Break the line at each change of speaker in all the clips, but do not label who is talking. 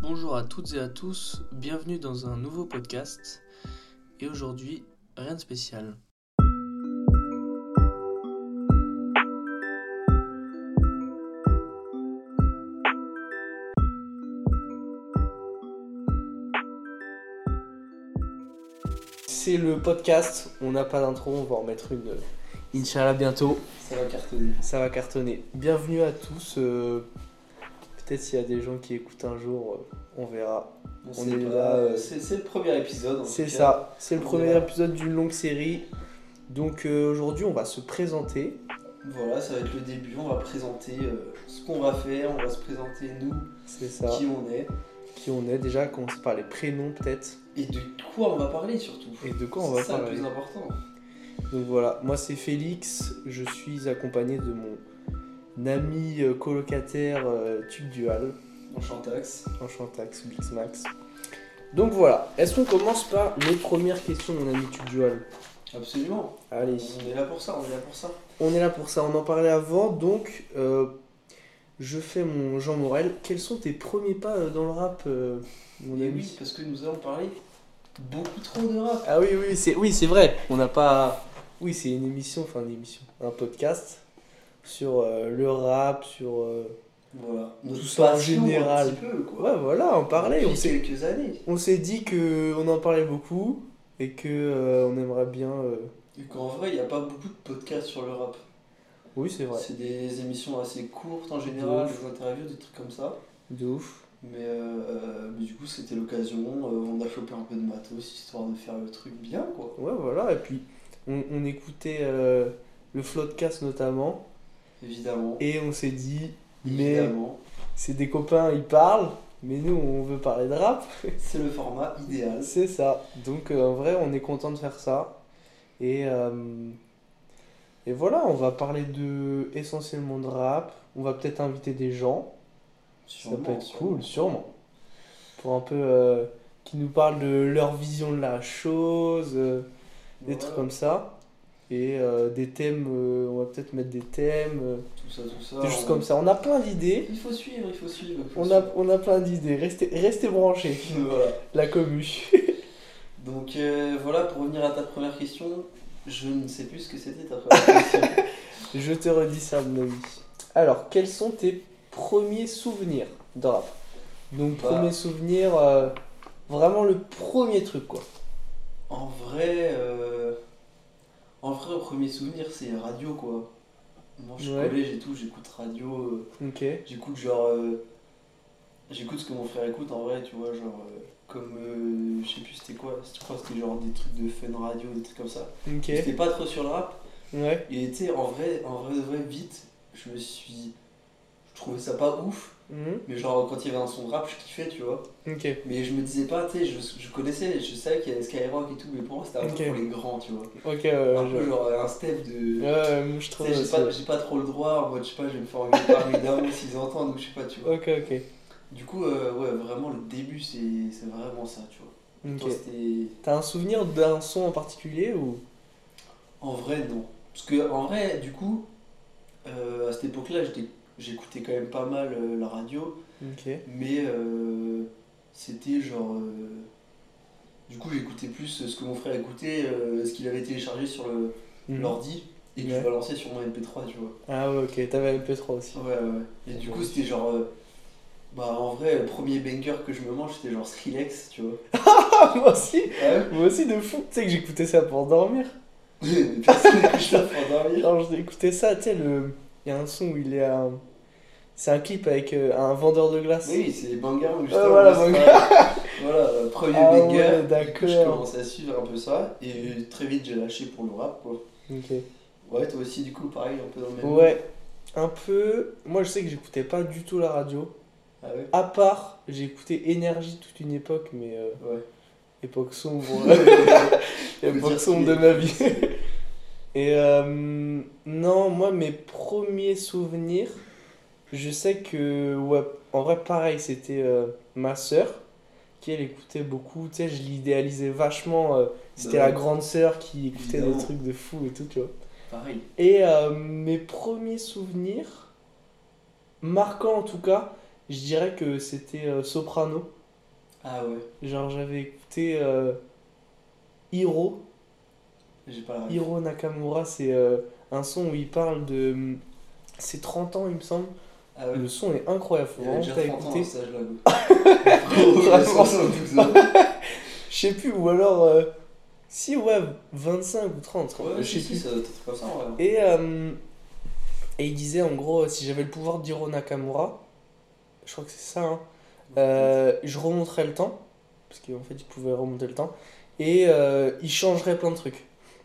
Bonjour à toutes et à tous, bienvenue dans un nouveau podcast. Et aujourd'hui, rien de spécial. C'est le podcast, on n'a pas d'intro, on va en mettre une, euh, Inch'Allah, bientôt.
Ça va cartonner.
Ça va cartonner. Bienvenue à tous. euh, Peut-être s'il y a des gens qui écoutent un jour, euh, on verra.
On,
On
sait
est
pas,
là, euh,
C'est c'est le premier épisode. en
C'est
tout cas.
ça, c'est le
on
premier
verra.
épisode d'une longue série. Donc euh, aujourd'hui, on va se présenter.
Voilà, ça va être le début. On va présenter euh, ce qu'on va faire. On va se présenter nous,
C'est ça.
qui on est
Qui on est déjà, commencer par les prénoms peut-être.
et de quoi on va parler surtout.
Et de quoi on va
C'est ça le
parler.
plus important.
Donc voilà, moi c'est Félix, je suis accompagné de mon ami euh, colocataire euh, Tube Dual,
On chantax.
Enchantax, Bixmax. Donc voilà, est-ce qu'on commence par les premières questions, mon ami Tube Dual
Absolument.
Allez.
On est là pour ça. On est là pour ça.
On est là pour ça, on en parlait avant, donc euh, je fais mon Jean Morel. Quels sont tes premiers pas euh, dans le rap, euh, mon
Et
ami
Eh oui, parce que nous allons parler beaucoup trop de rap.
Ah oui, oui, c'est oui, c'est vrai, on n'a pas... Oui, c'est une émission, enfin une émission, un podcast sur euh, le rap, sur... euh,
Voilà. Notre
Tout ça en
passion,
général.
Un petit peu, quoi.
Ouais, voilà, on parlait, on
Depuis
s'est,
quelques années.
on s'est dit que on en parlait beaucoup et que euh, on aimerait bien... euh,
Et qu'en vrai, il n'y a pas beaucoup de podcasts sur le rap.
Oui, c'est vrai,
C'est des émissions assez courtes en général,
ouf.
des interviews, des trucs comme ça.
de ouf.
Mais, euh, mais du coup, c'était l'occasion. euh, on a chopé un peu de matos histoire de faire le truc bien, quoi.
Ouais, voilà, et puis on, on écoutait euh, le Floodcast notamment.
Évidemment.
Et on s'est dit, mais
Évidemment.
c'est des copains, ils parlent, mais nous on veut parler de rap.
C'est le format idéal.
C'est ça. Donc euh, en vrai, on est content de faire ça. Et, euh, et voilà, on va parler de essentiellement de rap. On va peut-être inviter des gens. Ça peut être cool, sûrement. Pour un peu. euh, qui nous parlent de leur vision de la chose, euh, des trucs comme ça. Et euh, des thèmes, euh, on va peut-être mettre des thèmes, euh,
Tout ça, tout ça.
des choses
on-
comme ça. On a plein d'idées.
Il faut suivre, il faut suivre. il faut
On a,
suivre.
on a plein d'idées, restez, restez branchés,
Voilà.
la commu.
Donc euh, voilà, pour revenir à ta première question, je ne sais plus ce que c'était ta première question.
Je te redis ça, mon ami. Alors, quels sont tes premiers souvenirs de rap Donc,
Bah.
premier souvenir, euh, vraiment le premier truc, quoi.
En vrai, euh, en vrai, au premier souvenir, c'est radio quoi. Moi, je suis au
Ouais.
collège et tout, j'écoute radio, euh,
Ok.
j'écoute genre, euh, j'écoute ce que mon frère écoute en vrai, tu vois, genre euh, comme euh, je sais plus c'était quoi, je crois que c'était genre des trucs de fun radio, des trucs comme ça.
Ok.
C'était pas trop sur le rap.
Ouais.
Et tu sais, en vrai, en vrai, de vrai, vite, je me suis, je trouvais ça pas ouf,
Mhm.
mais genre quand il y avait un son de rap, je kiffais, tu vois.
Ok.
Mais je me disais pas, tu sais, je, je connaissais, je savais qu'il y avait Skyrock et tout, mais pour moi c'était un
Ok.
peu pour les grands, tu vois
Ok, ouais, ouais,
un peu
je-
genre euh, un step de.
Ouais, ouais, moi, je
Tu
trouve
sais, j'ai
aussi.
pas, j'ai pas trop le droit, en mode, je sais pas, je vais me faire engueuler par mes darons s'ils entendent ou je sais pas, tu vois.
Ok, ok.
Du coup, euh, ouais, vraiment, le début, c'est c'est vraiment ça, tu vois.
Ok.
Toi, c'était.
T'as un souvenir d'un son en particulier ou
En vrai, non. Parce que, en vrai, du coup, euh, à cette époque-là, j'étais- j'écoutais quand même pas mal euh, la radio,
Ok.
mais euh, c'était genre. euh, Du coup, j'écoutais plus euh, ce que mon frère écoutait, euh, ce qu'il avait téléchargé sur le-
Mhm.
l'ordi, et que
Ouais.
je balançais sur mon MP3, tu vois.
Ah ouais, ok. T'avais MP3 aussi.
Ouais, ouais. Et du coup, c'était genre. euh, bah, en vrai, le premier banger que je me mange, c'était genre Skrillex, tu vois.
Ah, moi aussi
Ouais.
Moi aussi, de fou. Tu sais que j'écoutais ça pour dormir.
Mais Personne n'écoute ça pour dormir.
Alors j'ai écouté ça, tu sais, le... il y a un son où il est à... C'est un clip avec euh, un vendeur de glace.
Oui, c'est Banger, justement.
Ouais, Euh, voilà,
c'est
Banger.
pas- Voilà, euh, premier
Ah
banger.
ouais,
Du coup, je
d'accord.
commence à suivre un peu ça. Et euh, très vite, j'ai lâché pour le rap, quoi.
Ok.
Ouais, toi aussi, du coup, pareil, un peu dans le même.
Ouais, un peu... Moi je sais que j'écoutais pas du tout la radio.
Ah ouais.
À part, j'ai écouté Énergie toute une époque, mais euh,
Ouais.
époque sombre.
Faut dire
époque
ce
sombre
qui est-
de ma vie. Et euh, non, moi mes premiers souvenirs, je sais que, ouais, en vrai pareil, c'était euh, ma sœur qui elle écoutait beaucoup, tu sais, je l'idéalisais vachement. euh, C'était
Bah
la
ouais.
grande sœur qui écoutait
Évidemment.
des trucs de fou et tout, tu vois.
Pareil.
Et euh, mes premiers souvenirs, marquants en tout cas, Je dirais que c'était euh, Soprano.
Ah ouais,
Genre, j'avais écouté euh, Hiro.
j'ai pas la ref.
Hiro Nakamura, c'est euh, un son où il parle de. hum, C'est 30 ans, il me semble.
Ah ouais.
Le son est incroyable, faut
Il avait
vraiment que t'as
déjà 30 ans à
écouté.
ce âge-là. Frérot, j'avais 72 ans. hein.
Je sais plus, ou alors. euh, si, ouais, 25 ou 30.
Ouais,
je sais
si, si,
plus.
ça doit être comme ça, ouais.
Et, euh, et il disait en gros, si j'avais le pouvoir d'Hiro Nakamura, je crois que c'est ça, hein, euh, je remonterais le temps, parce qu'en fait il pouvait remonter le temps, et euh, il changerait plein de trucs.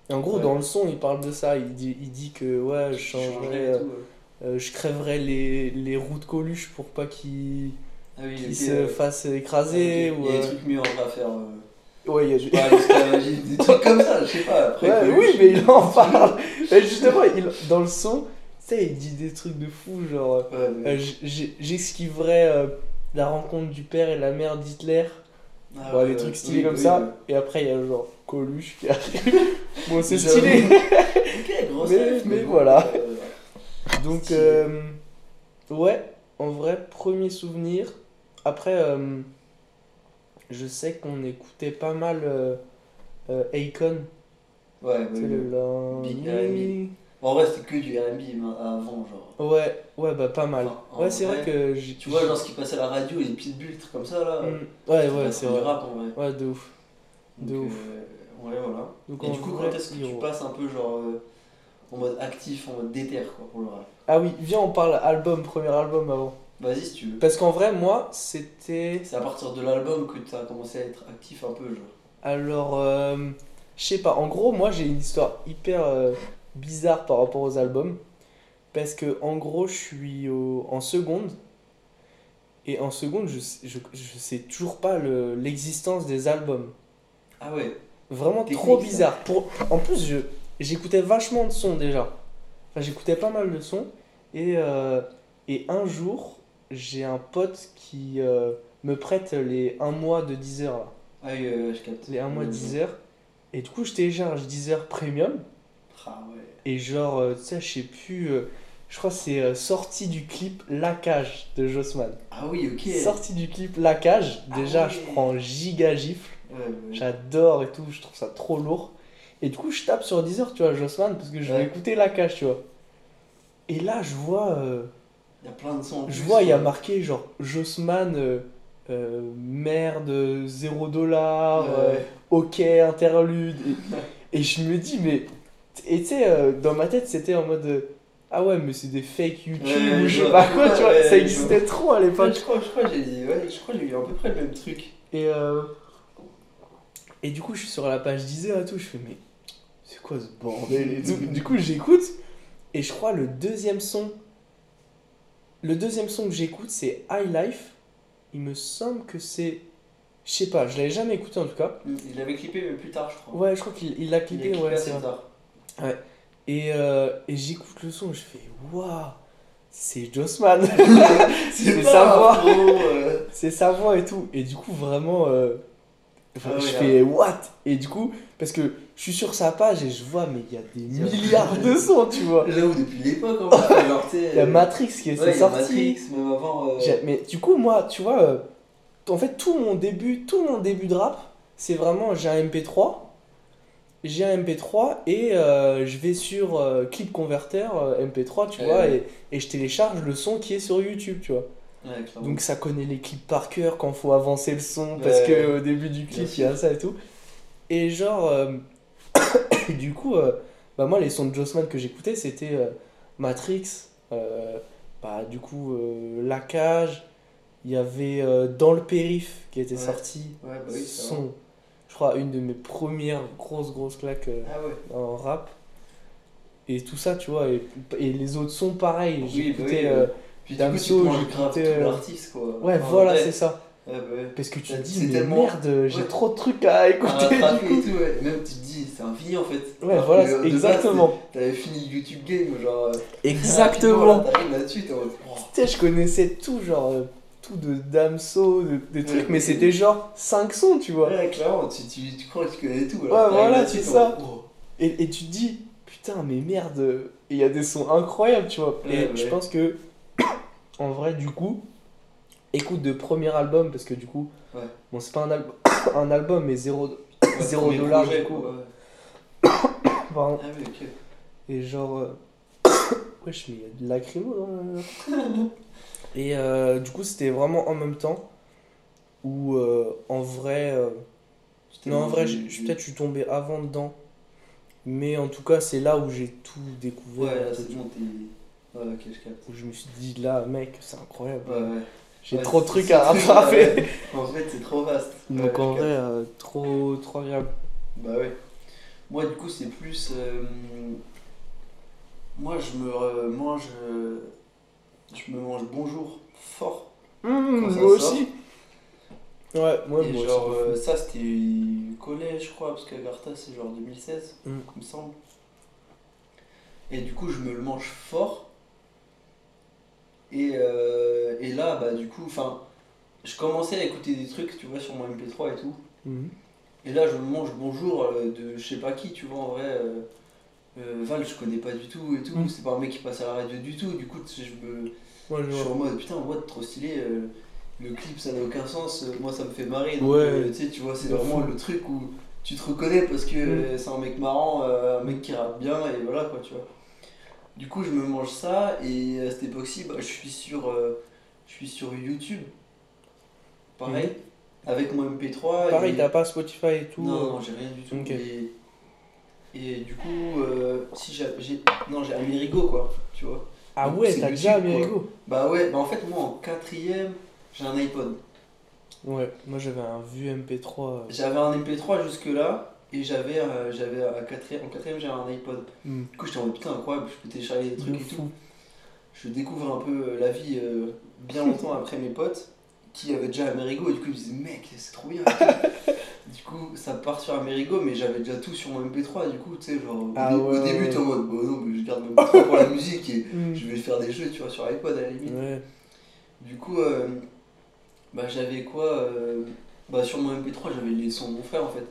Et en gros,
Ouais.
dans le son, il parle de ça, il dit, il dit que ouais, je
Changerais
changerais,
et
euh,
tout, ouais.
euh, je crèverais les, les roues de Coluche pour pas qu'il
Ah oui,
qu'il
ok,
se
ouais. Ah,
fasse
Il y
écraser.
a
Ou,
des
euh,
trucs mieux à faire. euh,
Ouais, il y a du-
Pas aller se faire la gym, euh, des trucs comme ça, je sais pas. Après,
Ouais,
Coluche,
oui, mais il en parle. Et justement, il, dans le son, tu sais, il dit des trucs de fou, genre.
Ouais, mais-
Euh, j- j- J'esquiverais euh, la rencontre du père et la mère d'Hitler.
Ah
Bon,
ouais,
des
ouais,
trucs
oui,
stylés
oui,
comme
oui,
ça.
oui.
Et après, il y a genre Coluche qui arrive. bon, c'est
J'avoue.
stylé.
Ok, grosse
Mais-
ref,
mais
bon,
voilà.
euh,
Donc,
Stylé.
euh, ouais, en vrai, premier souvenir. Après, euh, je sais qu'on écoutait pas mal euh, euh, Akon.
Ouais,
C'est
ouais,
le
ouais. Ah Big R&B. En vrai, c'était que du RB mais avant, genre.
Ouais, ouais, bah pas mal.
Enfin, en
ouais, c'est vrai
vrai,
que. j'ai-
Tu vois, genre ce qui passait à la radio, les pitbulls, trucs comme ça, là.
Mm, Ouais,
c'était pas
ouais, c'est
trop du
vrai.
rap, en vrai.
Ouais, de ouf. De
Donc,
ouf.
euh, ouais, voilà.
Donc,
Et
en
du coup,
vrai,
quand est-ce que tu
Hiro.
passes un peu, genre, euh, en mode actif, en mode déter, quoi, pour le rap
Ah oui, viens, on parle album, premier album avant.
Vas-y, si tu veux.
Parce qu'en vrai, moi, c'était.
C'est à partir de l'album que t'as commencé à être actif un peu, genre.
Alors, euh, je sais pas. En gros, moi, j'ai une histoire hyper euh, bizarre par rapport aux albums. Parce que, en gros, je suis au- en seconde. Et en seconde, je, sais- je, je sais toujours pas le- l'existence des albums.
Ah ouais,
Vraiment
Technique,
trop
ça.
bizarre. Pour, en plus, je, j'écoutais vachement de sons déjà. Enfin, j'écoutais pas mal de sons. Et, euh, et un jour, j'ai un pote qui euh, me prête les un mois de 10 heures. Là.
ah oui, ouais, ouais, je capte.
Les un mois
Ouais,
10 heures. Et du coup, je télécharge 10 heures premium.
Ah ouais.
Et genre, euh, tu sais, je sais plus. euh, je crois que c'est euh, sorti du clip La Cage de Jossman.
Ah oui, ok.
Sorti du clip La Cage.
Ah
Déjà,
ouais.
je prends giga gifle.
Ouais, ouais.
J'adore et tout, je trouve ça trop lourd. Et du coup, je tape sur Deezer, tu vois, Jossman, parce que je
Ouais.
vais écouter la cage, tu vois. Et là, je vois, euh,
Il y a plein de sons. en
je
plus,
vois, il y a
ouais.
marqué genre Jossman, euh, euh, merde, 0 dollar, euh,
Ouais.
ok, interlude. Et, et je me dis, mais. Et tu sais, euh, dans ma tête, c'était en mode. euh, ah ouais, mais c'est des fake YouTube
Ouais,
ou
je
je sais
vois.
pas quoi, tu vois,
Ouais, je
ça existait trop à
Ouais,
l'époque.
je crois, je crois, que j'ai dit- ouais, je crois que j'ai eu à peu près le même truc.
Et, euh, et du coup, je suis sur la page 10 et tout. Je fais, mais c'est quoi ce bordel et tout. Du coup, j'écoute. Et je crois le deuxième son. Le deuxième son que j'écoute, c'est High Life. Il me semble que c'est. Je sais pas, je l'avais jamais écouté en tout cas.
Il l'avait clippé, mais plus tard, je crois.
Ouais, je crois qu'il il l'a
il l'a
clippé.
clippé
Ouais, c'est
assez
vrai.
tard.
Et, euh, et j'écoute le son. Je fais, waouh, c'est Jossman.
C'est
Mais
pas
ça
un
va.
pro, euh,
c'est sa voix et tout. Et du coup, vraiment, euh, enfin,
Ah ouais,
je
là.
fais what Et du coup, parce que je suis sur sa page et je vois, mais il y a des
Il y a-
milliards de sons, tu vois.
Là où depuis l'époque, en fait, genre, tu sais,
Il y a
euh,
Matrix qui est
ouais, il y a
sorti.
Matrix, même avant. euh,
J'ai- Mais du coup, moi, tu vois, euh, en fait, tout mon début, tout mon début de rap, c'est vraiment j'ai un MP3. J'ai un MP3 et euh, je vais sur euh, Clip Converter euh, MP3, tu
Ouais,
vois,
Eh ouais.
Et, et je télécharge le son qui est sur YouTube, tu vois.
ouais, clairement.
Donc ça connaît les clips par cœur quand faut avancer le son parce
Ouais.
que au début du clip il y a ça et tout. Et genre euh, du coup euh, bah moi les sons de Jossman que j'écoutais c'était euh, Matrix, euh, bah du coup euh, La Cage, il y avait euh, Dans le périph qui était
Ouais.
sorti
Ouais, bah oui, ça va.
son je crois une de mes premières grosses grosses claques euh,
Ah ouais.
en rap. Et tout ça, tu vois, et, et les autres sons pareils,
Oui,
j'écoutais
bah oui,
euh,
Puis du coup, tu
Damso,
prends
j'ai
le grave
écouté,
tout
euh,
l'artiste, quoi.
Ouais,
Enfin,
voilà,
ouais.
c'est ça.
Ouais, bah ouais.
Parce que tu te
C'est
dis, mais
tellement-
merde, j'ai
Ouais.
trop de trucs à
À
écouter. du
rattraper
coup.
et tout, ouais. Même tu te dis, c'est un fini en fait.
Ouais,
Alors
voilà,
que,
c'est-
de base,
exactement.
t'es- T'avais fini YouTube Game, genre. euh,
Exactement.
rapidement, là, T'arrives là-dessus, t'es en mode. oh,
Tu sais, je connaissais tout, genre, euh, tout de Damso, de- des
Ouais.
trucs, mais c'était genre 5 sons, tu vois.
Ouais, clairement, tu, tu, tu crois que tu connais tout.
Ouais,
Alors, t'arrives
voilà,
là-dessus,
c'est
t'es en
ça.
mode, oh.
Et, et tu te dis, putain, mais merde, euh, il y a des sons incroyables, tu vois.
Ouais,
et je
ouais.
pense que, en vrai, du coup, écoute de premier album parce que du coup,
Ouais.
bon, c'est pas un, album un album, mais zéro, zéro
premier
dollar
projet,
du coup.
quoi, ouais.
pardon.
Ah oui, ok.
Et genre. euh, Wesh, mais il y a de lacrymo dans le- Et euh, du coup, c'était vraiment en même temps où euh, en vrai. euh,
C'était
Non, en
le-
vrai, j'ai- je- peut-être je suis tombé avant dedans. Mais en tout cas, c'est là où j'ai tout
Ouais,
découvert.
là,
et
c'est
tout.
bon, t'es. Ouais, ok, je capte.
Où je me suis dit, là, mec, c'est incroyable.
Ouais, ouais.
J'ai
Ouais,
trop de
c'est-
trucs
c'est-
à rattraper.
ouais. En fait, c'est trop vaste. Ouais,
Donc en
je capte.
vrai, euh, trop, trop agréable.
Bah ouais. Moi, du coup, c'est plus. euh, Moi, je me euh, mange. euh, Je me mange bonjour fort. Quand ça
Mmh, moi
sort.
aussi. Ouais, moi,
et
moi aussi.
genre, euh, ça, c'était collège, je crois, parce qu'Agartha, c'est genre 2016,
Mm.
il me semble. Et du coup, je me le mange fort. Et, euh, et là, bah, du coup, enfin, je commençais à écouter des trucs, tu vois, sur mon MP3 et tout.
Mhm.
Et là, je me mange bonjour euh, de je sais pas qui, tu vois, en vrai. euh, euh, Val, je connais pas du tout et tout.
Mm.
C'est pas un mec qui passe à la radio du tout. Du coup, tu sais, je me.
Ouais, je
Je suis
vois.
en mode putain, what, trop stylé. euh, le clip, ça n'a aucun sens. euh, moi, ça me fait marrer. Donc,
Ouais.
euh, tu sais, tu vois, c'est
De
vraiment
fou. Mm.
le truc où tu te reconnais parce que euh, c'est un mec marrant, euh, un mec qui rappe bien, et voilà quoi, tu vois. Du coup, je me mange ça, et à cette époque-ci, bah, je suis sur, euh, je suis sur YouTube. Pareil, avec mon MP3.
Mm. Pareil,
et-
t'as pas Spotify et tout.
non,
euh,
non, j'ai rien du tout.
Ok.
Et, et du coup, euh, si j'ai, j'ai- Non, j'ai Amerigo, quoi, tu vois.
Ah
donc,
ouais,
c'est
t'as
logique,
déjà
quoi.
Amerigo.
Bah ouais, bah en fait, moi, en quatrième, j'ai un iPod.
Ouais, moi j'avais un vieux MP3. euh,
J'avais un MP3 jusque-là, et j'avais, euh, j'avais un quatrième, en quatrième, j'avais un iPod.
hmm,
Du coup, j'étais en mode, putain, incroyable, je peux télécharger des trucs
de
et tout.
fou.
Je découvre un peu euh, la vie euh, bien longtemps après mes potes, qui avaient déjà Amerigo, et du coup, ils me disaient, mec, c'est trop bien. et tout. du coup, ça part sur Amerigo, mais j'avais déjà tout sur mon MP3, du coup, tu sais, genre, au,
Ah
dé-
ouais,
au début,
ouais.
t'es en mode, bah non, mais je garde mon MP3 pour la musique, et
Hmm.
je vais faire des jeux, tu vois, sur iPod à la limite.
Ouais.
Du coup, euh, bah, j'avais quoi euh, bah, Sur mon MP3, j'avais les sons de mon frère en fait.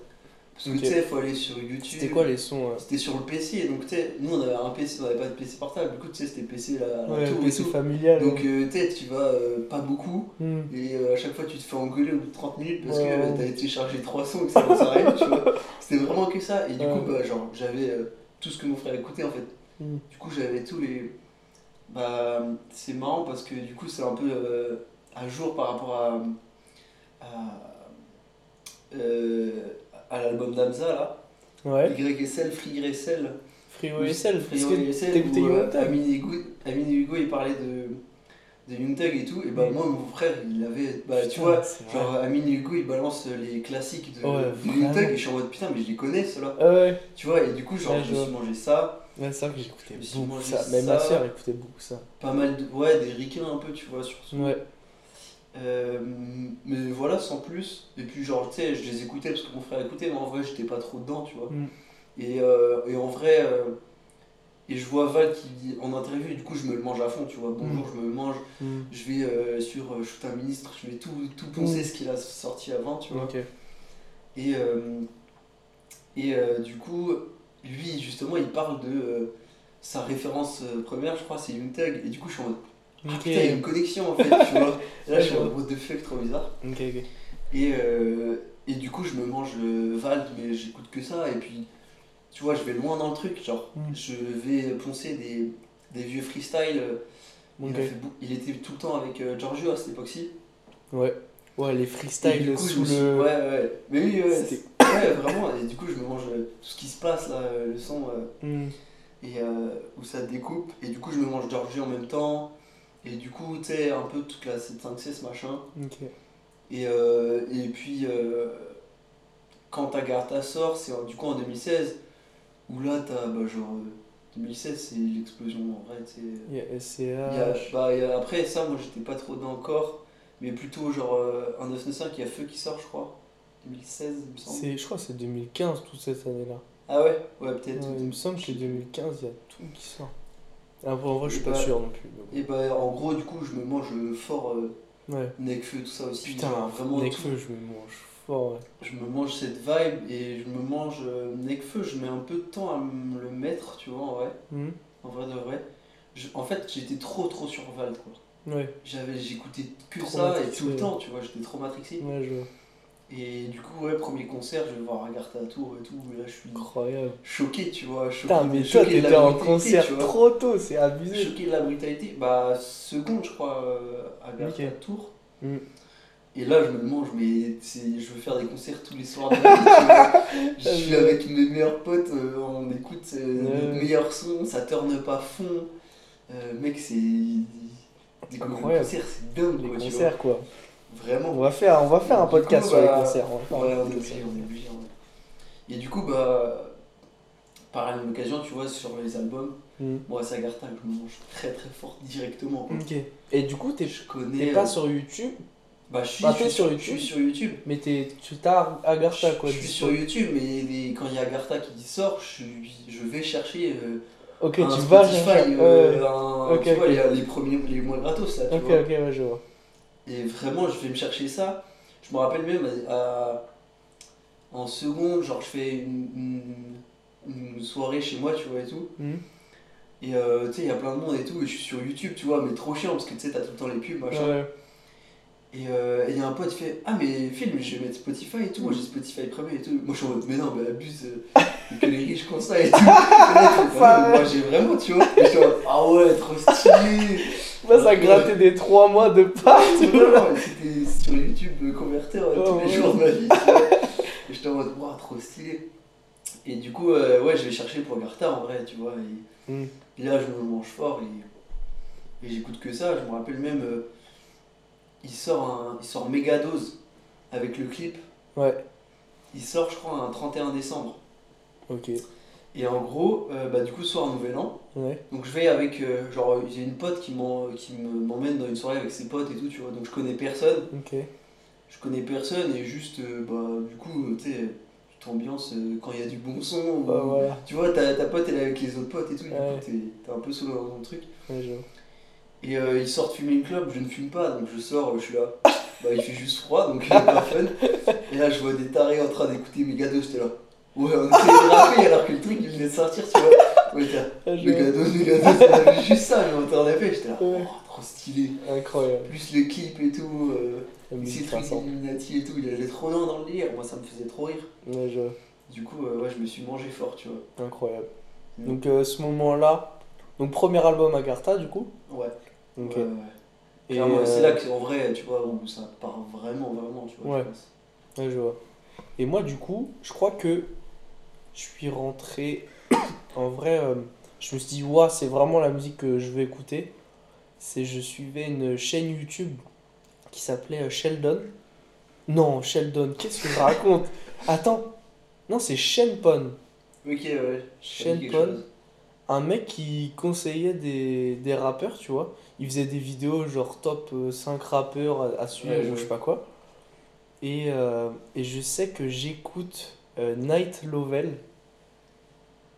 Parce que
Ok.
tu sais, il faut aller sur YouTube.
C'était quoi les sons euh,
C'était sur le PC, et donc tu sais, nous on avait un PC, on avait pas de PC portable, du coup tu sais, c'était PC là, à la
Ouais,
tour et
PC
tout.
familial.
Donc euh, tu sais, tu vas euh, pas beaucoup,
Hmm.
et euh, à chaque fois tu te fais engueuler au bout de 30 minutes parce que
Ouais.
euh, t'avais téléchargé 3 sons et que ça ne à rien, tu vois. C'était vraiment que ça, et du coup,
Ouais.
bah, genre, j'avais euh, tout ce que mon frère écoutait en fait.
Mm.
Du coup, j'avais tous les. Bah, c'est marrant parce que du coup, c'est un peu euh, à jour par rapport à. à, euh, à l'album d'Amza là.
Ouais.
YSL, Free YSL.
Free
Ou-
OSL.
Free
Parce que
YSL,
t'as écouté
où,
Young
euh,
Thug
Amine et Hugo- Amine et Hugo, ils parlaient de. de Young Thug et tout. Et bah,
Mm.
moi, mon frère, il avait. Bah, tu
Putain,
vois.
c'est vrai.
Genre, Amine et Hugo, ils balancent les classiques de,
Ouais,
de Young Thug
vraiment.
et je suis en mode putain, mais je les connais ceux-là.
Ah ouais.
Tu vois, et du coup, genre,
Ouais,
je
je
me suis mangé ça,
Ouais, c'est vrai que j'écoutais
Je me suis
beaucoup
mangé
ça. Même ma
ça.
soeur écoutait beaucoup ça.
pas mal de. Ouais, des ricains un peu, tu vois, sur ce
Ouais.
Euh, mais voilà, sans plus. Et puis, genre, tu sais, je les écoutais parce que mon frère écoutait, mais en vrai, j'étais pas trop dedans, tu vois.
Mm.
Et, euh, et en vrai, euh, et je vois Val qui dit en interview, et du coup, je me le mange à fond, tu vois. Bonjour, je me le mange.
Hmm.
Je vais euh, sur euh, Shoot un ministre, je vais tout, tout poncer
Mm.
ce qu'il a sorti avant, tu vois.
Ok.
Et, euh, et euh, du coup, lui, justement, il parle de euh, sa référence euh, première, je crois, c'est Young Thug. Et du coup, je suis en mode, ah,
Ok.
putain, il y a une connexion en fait, tu vois. Et là, je suis en
Ouais,
mode, what the fuck, trop bizarre.
Ok, ok.
Et, euh, et du coup, je me mange le Vald, mais j'écoute que ça. Et puis, tu vois, je vais loin dans le truc. Genre,
Mm.
je vais poncer des, des vieux freestyles. euh, Il,
Ok.
a fait bou- il était tout le temps avec euh, Giorgio à cette époque-ci.
Ouais. Ouais, les
Et du
freestyles
coup, je
sous
me suis-
le.
Ouais, ouais. Mais oui, ouais,
C'était-
c'est- ouais, vraiment. Et du coup, je me mange euh, tout ce qui se passe là, euh, le son, euh,
Hmm.
et euh, où ça découpe. Et du coup, je me mange Giorgio en même temps. Et du coup, tu sais, un peu toute la 7-5-6 machin.
Ok.
Et, euh, et puis, euh, quand Agartha sort, c'est en- du coup en 2016, où là, t'as, bah, genre, euh, 2016, c'est l'explosion en vrai, tu sais.
Il y a
Il y a-
SCH.
bah, il y a- après, ça, moi, j'étais pas trop dedans encore, mais plutôt, genre, euh, un 995, il y a Feu qui sort, je crois, 2016, il me semble.
C'est- Je crois que c'est 2015, toute cette année-là.
Ah ouais Ouais, peut-être.
Ouais, Euh, il me semble que c'est 2015, il y a tout qui sort. Après, Ah, en vrai, je suis pas
Et bah-
sûr non plus. mais bon.
Et bah, en gros, du coup, je me mange fort euh,
Ouais.
Nekfeu, tout ça aussi.
Putain,
genre,
vraiment
vraiment tout.
Nekfeu, je me mange fort. ouais.
je me mange cette vibe et je me mange euh, Nekfeu, je mets un peu de temps à me le mettre, tu vois, en vrai.
Hmm.
En vrai de vrai. Je- en fait, j'étais trop trop sur Vald, quoi.
Ouais,
J'avais, j'écoutais que
Trop
ça et
matrixé,
tout le
ouais.
temps, tu vois, j'étais trop matrixé.
ouais, je vois.
Et du coup, ouais, premier concert, je vais voir Agartha à Tours et tout, et là je suis
Incroyable.
choqué, tu vois, choqué,
Putain, mais toi,
choqué de
t'étais
la
en
brutalité,
concert
tu vois.
trop tôt, c'est abusé.
Choqué de la brutalité, bah seconde je crois euh, à Agartha
Ok.
à Tours.
Mm.
Et là je me demande, mais c'est- je veux faire des concerts tous les soirs de ma vie, tu vois. Je suis
Ah, Ouais.
avec mes meilleurs potes, euh, on écoute euh,
Ouais.
nos meilleurs sons, ça tourne pas fond. Euh, mec, c'est. Des
Incroyable.
concerts, c'est dingue,
Les
quoi, tu vois.
concerts, quoi.
Vraiment.
On va faire, on va faire un
Du
podcast
coup,
sur les
bah,
concerts. on va faire un
Ouais, on est
podcast sur
obligé,
les
on est
concerts.
obligé. ouais. Et du coup, bah, par la même occasion, tu vois, sur les albums,
Mm.
moi, Sagarta, je me mange très très fort directement. quoi.
Ok. Et du coup, t'es
Je connais.
t'es pas
euh,
sur YouTube,
Bah, je suis,
bah, t'es
je suis
sur
je suis
YouTube.
sur YouTube.
mais t'es- tu t'as Agartha,
Je-
quoi.
je suis sur YouTube, mais les- quand il y a Agartha qui sort, je, suis- je vais chercher euh,
Ok,
un
tu vas.
Spotify,
chercher-
euh,
ouais.
un-
ok,
tu vois,
ok.
les, les premiers, les moins gratos, là, tu
Ok,
vois.
ok, ouais, je vois.
Et vraiment, je vais me chercher ça. Je me rappelle même à- en seconde, genre je fais une, une- une soirée chez moi, tu vois, et tout.
Mhm.
Et euh, tu sais, il y a plein de monde et tout, et je suis sur YouTube, tu vois, mais trop chiant, parce que tu sais, t'as tout le temps les pubs, machin.
Ouais.
Et euh, et il y a un pote qui fait Ah, mais film, je vais mettre Spotify et tout, moi j'ai Spotify Premium et tout. Moi je suis en mode Mais non, mais abuse, euh, que les riches comme ça et tout. Et là, il fait, Bah non, mais moi j'ai vraiment, tu vois. Et je suis en mode Ah ouais, trop stylé
Moi, ça grattait des 3 mois de part. tu
Non,
vois.
non, c'était sur YouTube euh, converter euh,
Oh,
tous les
ouais.
jours de ma vie. tu vois. Et J'étais en mode, waouh, trop stylé. Et du coup, euh, ouais, je vais chercher pour Garta en vrai, tu vois. Et,
Mm.
et là, je me mange fort et, et j'écoute que ça. Je me rappelle même, euh, il sort un, il sort Megadose avec le clip.
Ouais.
Il sort, je crois, un 31 décembre.
Ok.
Et en gros, euh, bah, du coup, soir Nouvel An.
Ouais.
Donc je vais avec, euh, genre, j'ai une pote qui m'en- qui me- m'emmène dans une soirée avec ses potes et tout, tu vois. Donc je connais personne.
Ok.
je connais personne et juste euh, bah du coup euh, tu sais tu t'ambiances euh, quand il y a du bon son ou-
Bah, voilà.
tu vois ta, ta pote elle est avec les autres potes et tout du
Ouais.
coup t'es- t'es un peu solo dans ton truc
Ouais, je vois.
et euh, ils sortent fumer une clope je ne fume pas donc je sors euh, je suis là bah il fait juste froid donc il est pas fun et là je vois des tarés en train d'écouter Megadose j'étais là ouais on était dérapé alors que le truc il venait de sortir tu vois ouais, j'étais là,
Ouais, je vois.
Megadose Megadose on avait juste ça mais on t'en avait j'étais là oh
Ouais.
trop stylé
Incroyable.
plus le clip et tout euh,
La
c'est
musique
trucs
passante.
Illuminati et tout, il allait trop loin dans le délire, moi ça me faisait trop rire.
Ouais, je vois.
Du coup, euh, ouais, je me suis mangé fort, tu vois.
Incroyable.
Mm.
Donc, euh, ce moment-là, donc premier album Agartha, du coup.
Ouais.
Ok.
ouais, ouais.
Et,
Clairement,
euh,
c'est là que, en vrai, tu vois, où ça part vraiment, vraiment, tu vois.
Ouais.
je pense.
Ouais, je vois. Et moi, du coup, je crois que je suis rentré. en vrai, euh, je me suis dit, waouh, c'est vraiment la musique que je veux écouter. C'est, je suivais une chaîne YouTube qui s'appelait euh, Sheldon. Non, Sheldon, qu'est-ce que je raconte Attends, non, c'est Shenpon.
Ok, ouais. ça me dit quelque
Shenpon,
chose.
un mec qui conseillait des, des rappeurs, tu vois. Il faisait des vidéos genre top euh, 5 rappeurs à, à suivre
Ouais,
ou
ouais.
je sais pas quoi. Et, euh, et je sais que j'écoute euh, Night Lovell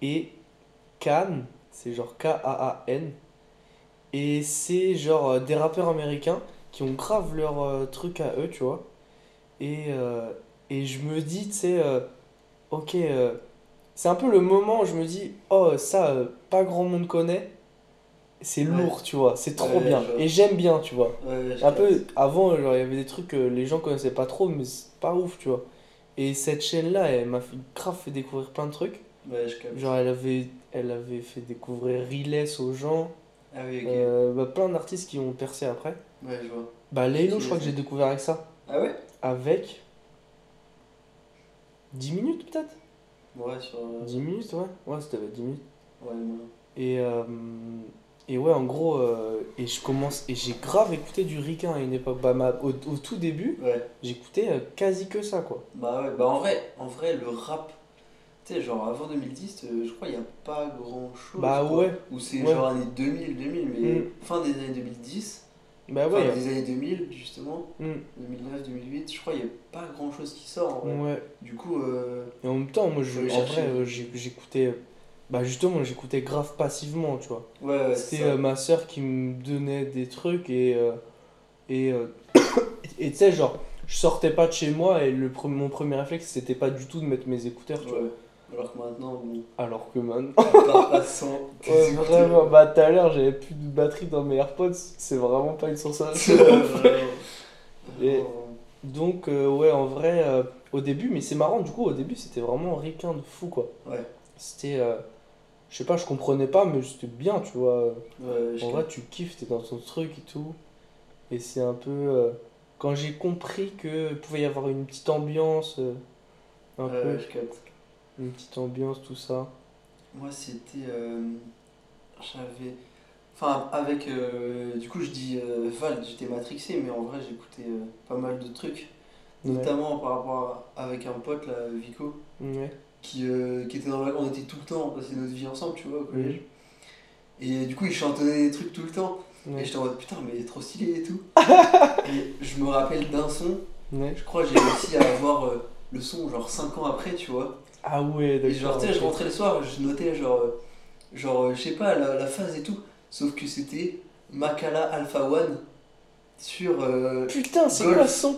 et Khan, c'est genre K-A-A-N. Et c'est genre euh, des rappeurs américains qui ont grave leur euh, truc à eux, tu vois. Et, euh, et je me dis, tu sais, euh, ok, euh, c'est un peu le moment où je me dis, oh, ça, euh, pas grand monde connaît, c'est
Ouais.
lourd, tu vois, c'est trop
Ouais,
bien.
je vois.
Et j'aime bien, tu vois.
Ouais, je
Un
capte.
peu, avant, genre, il y avait des trucs que les gens connaissaient pas trop, mais c'est pas ouf, tu vois. Et cette chaîne-là, elle m'a fait- grave fait découvrir plein de trucs.
Ouais, je capte.
Genre, elle avait, elle avait fait découvrir Riles aux gens,
Ah oui, ok.
euh, bah, plein d'artistes qui ont percé après.
Ouais, je vois.
Bah, Lélo,
Qui
je crois
les
que
a
j'ai découvert avec ça.
Ah ouais
Avec 10 minutes, peut-être
Ouais, sur. euh,
10 minutes, ouais. Ouais, c'était avec 10 minutes.
Ouais, ouais.
Et, euh, et ouais, en gros, euh, et je commence, et j'ai grave écouté du Ricain à une époque. Bah, ma- au, au tout début,
Ouais.
j'écoutais euh, quasi que ça, quoi.
Bah ouais, bah en vrai, en vrai, le rap. Tu sais, genre avant 2010, euh, je crois il n'y a pas grand chose.
Bah ouais.
Ou c'est
Ouais.
genre années 2000, 2000, mais
Mm.
fin des années 2010,
Bah
Enfin,
ouais.
des années 2000 justement,
Mm.
2009, 2008, je crois qu'il n'y a pas grand chose qui sort en vrai.
Ouais.
Du coup, euh,
Et en même temps, moi, je,
Faut les
en
chercher.
vrai, euh, j'ai- j'écoutais. euh, Bah justement, j'écoutais grave passivement, tu vois.
ouais, ouais, c'est
C'était
ça.
euh, ma soeur qui me donnait des trucs et. euh, et euh, et tu sais, genre, je sortais pas de chez moi et le, pre- mon premier réflexe, c'était pas du tout de mettre mes écouteurs, tu vois.
Ouais. Alors que maintenant, bon,
Alors que maintenant.
tu pars à 100. tes
Ouais,
écouteurs.
vraiment, bah tout à l'heure j'avais plus de batterie dans mes AirPods, c'est vraiment pas une sensation.
Ouais, vraiment.
Et-
Vraiment.
Donc euh, ouais en vrai euh, au début, mais c'est marrant du coup au début c'était vraiment ricain de fou quoi.
Ouais.
C'était, euh, je sais pas, je comprenais pas mais c'était bien tu vois.
Ouais, je
En
capte.
vrai tu kiffes, t'es dans ton truc et tout. Et c'est un peu... euh, quand j'ai compris que pouvait y avoir une petite ambiance, euh, un
Ouais,
peu,
je capte.
une petite ambiance tout ça.
Moi, c'était. euh, J'avais. Enfin, avec. euh, Du coup, je dis euh, Val, j'étais matrixé, mais en vrai, j'écoutais euh, pas mal de trucs.
Ouais.
Notamment par rapport à- avec un pote, là, Vico.
Ouais.
qui, euh, qui était dans la... On était tout le temps, on passait notre vie ensemble, tu vois, au collège. Et euh, du coup, il chantonnait des trucs tout le temps.
Ouais.
Et j'étais en mode putain, mais il est trop stylé et tout. et je me rappelle d'un son,
Ouais.
je crois que j'ai réussi à avoir euh, le son genre 5 ans après, tu vois.
Ah ouais,
Et genre,
d'accord.
tu sais, je
ok.
rentrais le soir, je notais genre, euh, genre euh, je sais pas, la, la phase et tout. Sauf que c'était Makala Alpha One sur euh,
Putain, c'est
Golf.
quoi ce son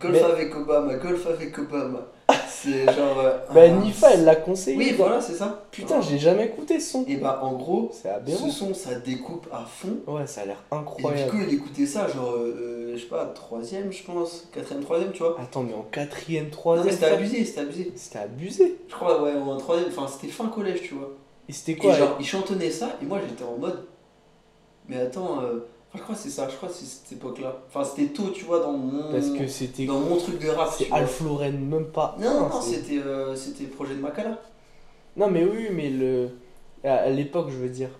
Golf
Mais-
avec Obama, Golf avec Obama. C'est genre. euh,
Bah,
un-
Nifa, elle l'a conseillé.
Oui,
dans-
voilà, c'est ça.
Putain, j'ai jamais écouté ce son.
Et bah, en gros,
C'est aberrant.
ce son, ça découpe à fond.
Ouais, ça a l'air
Et
incroyable.
Vico, il écoutait ça, genre, euh, je sais pas, troisième, je pense, quatrième, troisième, tu vois.
Attends, mais en quatrième,
Non, mais
troisième.
c'était
ça-
abusé, c'était abusé.
C'était abusé.
Je crois, ouais, en troisième, enfin, c'était fin collège, tu vois.
Et c'était
Et
quoi
genre, il chantonnait ça, et moi, j'étais en mode, mais attends, euh, enfin, je crois que c'est ça, je crois que c'est cette époque-là. Enfin, c'était tôt, tu vois, dans mon,
Parce que c'était.
dans mon truc de rap.
C'est
tu vois.
Alf Lauren, même pas.
Non,
un,
non,
c'est-
c'était euh, c'était projet de Makala.
Non, mais oui, mais le. À à l'époque, je veux dire.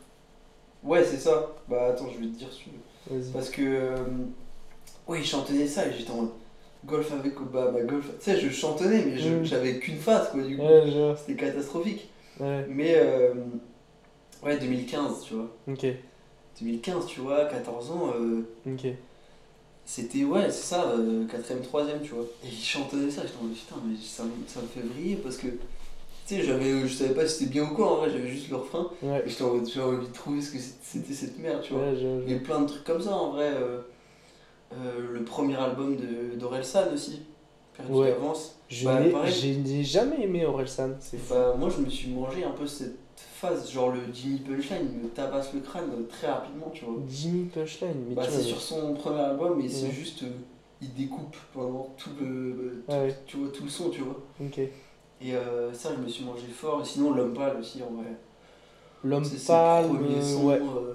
Ouais, c'est ça. Bah, attends, je vais te dire, si tu veux.
Vas-y.
Parce que. euh, oui, je chantonnais ça et j'étais en mode. Golf avec Obama, golf. Tu sais, je chantonnais, mais je-
Mm.
j'avais qu'une phase, quoi, du coup.
Ouais, je-
C'était catastrophique.
ouais,
Mais. euh, ouais, 2015, tu vois.
ok,
2015, tu vois, 14 ans, euh,
ok.
c'était. Ouais, c'est ça, 4ème, 3ème, tu vois. Et je chantonnais ça, j'étais en mode putain, mais ça, me- ça me fait vriller parce que. Tu sais, j'avais- je savais pas si c'était bien ou quoi, en vrai, j'avais juste le refrain.
Ouais,
Et j'étais en mode, j'avais envie de trouver ce que c'était cette merde, tu vois.
ouais, je-
Il y a
je-
eu plein de trucs comme ça en vrai. euh, euh, le premier album de- d'Orelsan aussi, Perdu
Ouais.
d'avance.
Je
Bah,
n'ai-
pareil.
je n'ai jamais aimé Orelsan. C'est fou.
Bah, moi je me suis mangé un peu cette phase, genre le Jimmy Punchline il me tabasse le crâne euh, très rapidement, tu vois.
Jimmy Punchline, mais
Bah,
tu
c'est
vois.
sur son premier album et
Ouais.
c'est juste. euh, il découpe pendant tout le,
Ah ouais,
tu vois, tout le son, tu vois.
ok.
Et euh, ça, je me suis mangé fort. Et sinon, L'Homme Pâle aussi en vrai.
L'homme
C'est ses
pâle,
premiers
euh,
sons.
ouais.
euh,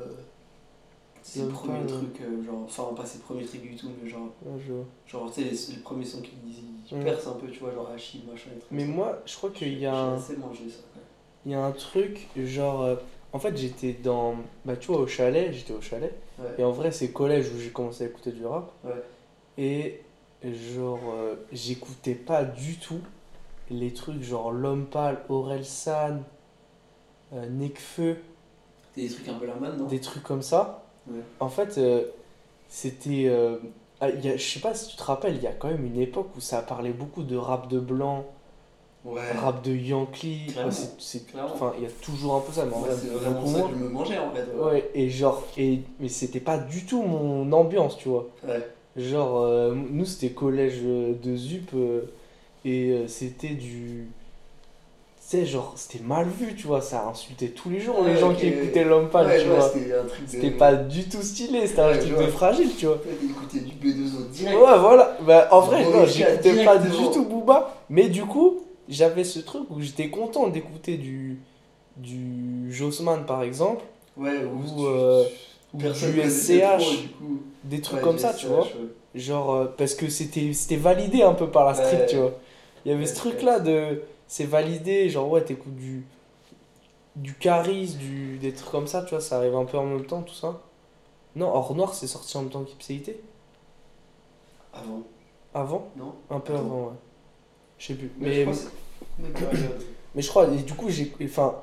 ses
L'Homme
premiers
Pâle, ouais.
trucs, euh, genre. Enfin, pas ses premiers trucs du tout, mais genre.
Ouais, je vois.
Genre, tu sais, les, les premiers sons qu'ils disent, ils
Ouais.
percent un peu, tu vois, genre Hachim, machin et tout.
Mm. Mais moi, je crois qu'il y a
J'ai
un.
assez mangé ça. quoi.
Il y a un truc, genre. euh, en fait, j'étais dans. Bah, tu vois, au chalet, j'étais au chalet.
Ouais.
Et en vrai, c'est collège où j'ai commencé à écouter du rap.
Ouais.
Et, genre, euh, j'écoutais pas du tout les trucs genre L'Homme Pâle, Orelsan, euh, Nekfeu,
T'as des trucs un peu la man, non
des trucs comme ça.
Ouais.
En fait, euh, c'était. euh, ah, il y a- je sais pas si tu te rappelles, il y a quand même une époque où ça parlait beaucoup de rap de blanc,
Ouais.
rap de Yankee.
Clairement.
Ah, c'est- c'est-
Clairement.
Enfin, il y a toujours un peu ça, mais en
Moi,
vrai,
c'est
beaucoup
vraiment ça
moins.
que je me mangeais en fait. Ouais.
Ouais, et genre, et, mais c'était pas du tout mon ambiance, tu vois.
Ouais.
Genre, euh, nous c'était collège euh, de ZUP euh, et euh, c'était du. Tu sais, genre, c'était mal vu, tu vois. Ça insultait tous les jours les
Ouais,
gens
ok.
qui écoutaient l'homme pâle,
Ouais,
tu
ouais,
vois.
c'était un truc de.
C'était pas du tout stylé, c'était un
Ouais,
truc
je
de
vois.
fragile, tu vois.
Ouais, T'écoutais du B2O direct.
Ouais, voilà. Bah, en vrai,
Bon,
non,
il y a
j'écoutais pas du
directement.
tout Booba. Mais du coup, j'avais ce truc où j'étais content d'écouter du. du Josman par exemple.
Ouais, ou.
Ou,
tu-
euh,
tu-
ou
personne
du
connaissait
SCH.
trop, et du coup-
des trucs
Ouais,
comme
du
ça, tu vois.
SCH, ouais.
Genre, euh, parce que c'était c'était validé un peu par la street,
Ouais.
tu vois. Il y avait
Ouais,
ce truc-là de. C'est validé, genre, ouais, t'écoutes du. Du charisme, du, des trucs comme ça, tu vois, ça arrive un peu en même temps, tout ça. Non, Or Noir, c'est sorti en même temps qu'Ipséité
Avant,
Avant
non
Un peu
Attends.
avant, ouais. Je sais plus.
Ah Mais je
Mais,
crois que c'est- Même période.
mais je crois, et du coup, j'ai. Enfin,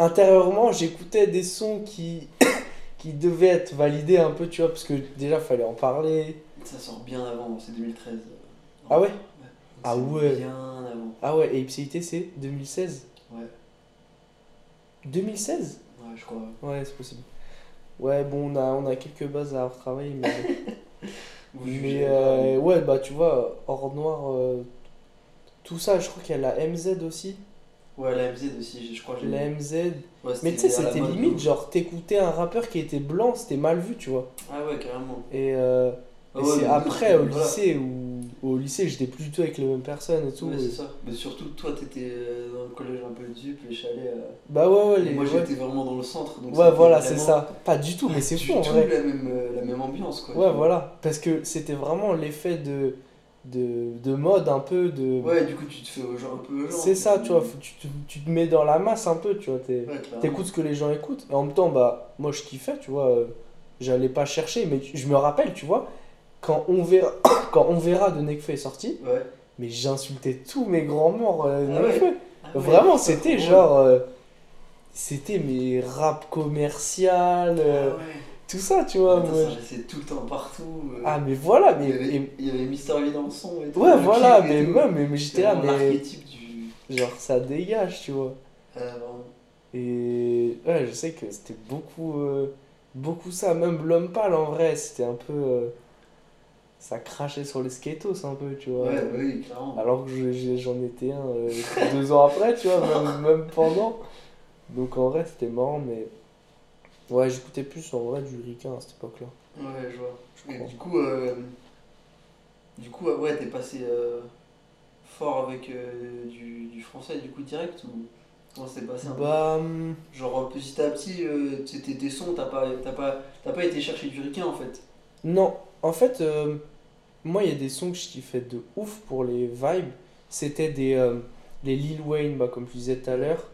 intérieurement, j'écoutais des sons qui. qui devaient être validés un peu, tu vois, parce que déjà, fallait en parler.
Ça sort bien avant, c'est 2013.
Ah ouais Ah
C'est
ouais.
Bien avant.
Ah ouais, et Ipséité, c'est 2016
Ouais.
2016
Ouais, je crois.
Ouais, c'est possible. Ouais, bon, on a, on a quelques bases à retravailler, mais,
Vous jugez
mais
pas,
euh, ouais, bah tu vois, Hors Noir, euh, tout ça, je crois qu'il y a la MZ aussi.
Ouais, la MZ aussi, je crois que j'ai
La
vu.
MZ.
Ouais,
Mais tu sais,
à la
c'était
mode, hein.
limite,
donc.
genre, t'écoutais un rappeur qui était blanc, c'était mal vu, tu vois.
Ah ouais, carrément.
Et, euh,
Ah
et
ouais,
c'est
mais
après, au
voilà.
lycée, où au lycée, j'étais plus du tout avec les mêmes personnes et tout.
Ouais, c'est ça. Mais surtout, toi, t'étais euh, dans le collège un peu dupe, les chalets. euh,
Bah ouais, ouais,
et
les-
moi,
ouais.
j'étais vraiment dans le centre. Donc
Ouais,
c'était
voilà, c'est
vraiment
ça. Pas du tout, mais c'est
du
fou en
tout
vrai.
La même, euh, la même ambiance, quoi.
Ouais, voilà. Parce que c'était vraiment l'effet de, de, de mode un peu de.
Ouais, du coup, tu te fais au genre un peu au genre.
c'est ça, tu vois. faut- tu, te- tu te mets dans la masse un peu, tu vois. t'es-
Ouais, clairement.
T'écoutes ce que les gens écoutent. Et en même temps, bah, moi je kiffais, tu vois. euh, J'allais pas chercher, mais tu- je me rappelle, tu vois, quand on verra, quand on verra de Nekfeu est sorti,
Ouais.
mais j'insultais tous mes grands morts euh,
Ah ouais.
Nekfeu.
Ah ouais,
Vraiment,
c'est
c'était
trop
genre. euh, c'était mes rap commercial,
drôle.
euh,
Ah ouais.
tout ça, tu vois.
Attends,
moi,
ça, j'essayais tout le temps partout. euh,
Ah mais voilà, mais
il, y avait,
et-
il y avait Mister V dans le son. Et tout,
ouais
le
voilà,
clip et
mais
tout.
même mais, mais j'étais
C'était
là,
vraiment
mais
L'archétype du.
genre ça dégage, tu vois.
Ah, vraiment.
Et ouais, je sais que c'était beaucoup, euh, beaucoup ça, même l'homme pâle en vrai, c'était un peu, euh, ça crachait sur les skatos un peu, tu vois.
Ouais, bah oui, clairement.
Alors que je- je- j'en étais un euh, deux ans après, tu vois, même, même pendant. Donc en vrai, c'était marrant, mais ouais, j'écoutais plus en vrai du Ricain à cette époque-là.
Ouais, je vois.
Je
Et
crois.
du coup, euh, du coup, ouais, t'es passé euh, fort avec euh, du, du français, du coup, direct ou comment c'est passé un peu
Bah, hum,
Genre petit à petit, euh, c'était tes sons, t'as pas, t'as pas, t'as pas été chercher du ricain en fait.
Non, en fait, euh, moi, il y a des sons que je kiffais de ouf pour les vibes. C'était des euh, les Lil Wayne, bah, comme je disais tout à l'heure.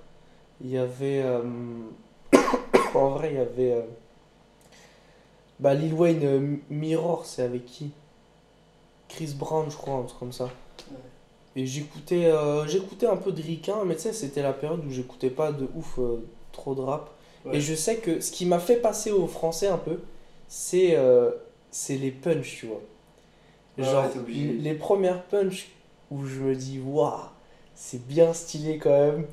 Il y avait. euh, en vrai, il y avait. euh, bah, Lil Wayne euh, M- Mirror, c'est avec qui Chris Brown, je crois, un truc comme ça. Et j'écoutais euh, j'écoutais un peu de Rikin, mais tu sais, c'était la période où j'écoutais pas de ouf euh, trop de rap.
Ouais.
Et je sais que ce qui m'a fait passer au français un peu, c'est euh, c'est les punchs, tu vois.
Ah ouais,
Genre,
t'es obligé.
les premières punchs où je me dis, waouh, c'est bien stylé quand même.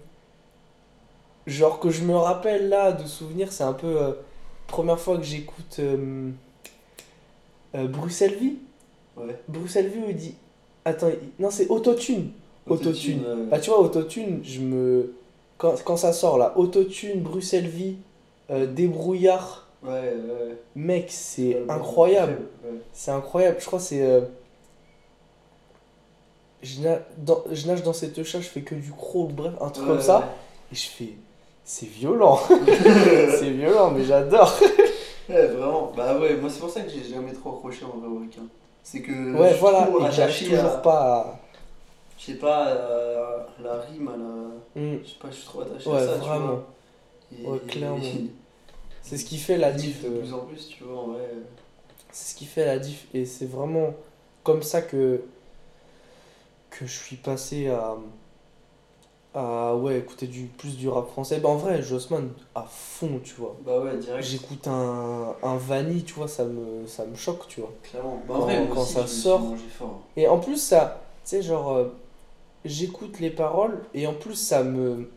Genre, que je me rappelle là de souvenirs, c'est un peu. euh, première fois que j'écoute euh, euh, Bruxelles Vie.
Ouais.
Bruxelles Vie où il dit. Attends, il- non, c'est Autotune. Autotune.
euh,
Bah tu vois, autotune, je me... Quand, quand ça sort là, autotune, Bruxelles Vie, euh, débrouillard,
ouais, ouais.
mec, c'est
Ouais, bah,
incroyable.
ouais.
C'est incroyable, je crois que c'est... euh, Je, na- dans- je nage dans cette chat, je fais que du croc, bref, un truc
Ouais,
comme ça. Et je fais... C'est violent, c'est violent, mais j'adore.
Ouais, vraiment. Bah ouais, moi c'est pour ça que j'ai jamais trop accroché en vrai au ricain. C'est que je
Ouais,
suis
voilà,
trop
et que j'arrive
attaché à-
toujours pas
je sais pas, euh, la rime, à la...
à... Mm.
je sais pas, je suis trop attaché
Ouais,
à ça,
vraiment.
tu vois.
Ouais, clairement. C'est ce qui fait la diff.
de
euh,
plus en plus, tu vois, en vrai.
C'est ce qui fait la diff et c'est vraiment comme ça que que je suis passé à à ouais écouter du plus du rap français. Bah en vrai, Jossman à fond, tu vois.
Bah ouais, direct,
J'écoute un un Vanny, tu vois, ça me ça me choque, tu vois.
clairement. Bah en vrai,
Quand-
moi
quand
aussi,
ça
je me suis
sort.
mangé fort.
Et en plus ça, tu sais genre euh, j'écoute les paroles et en plus ça me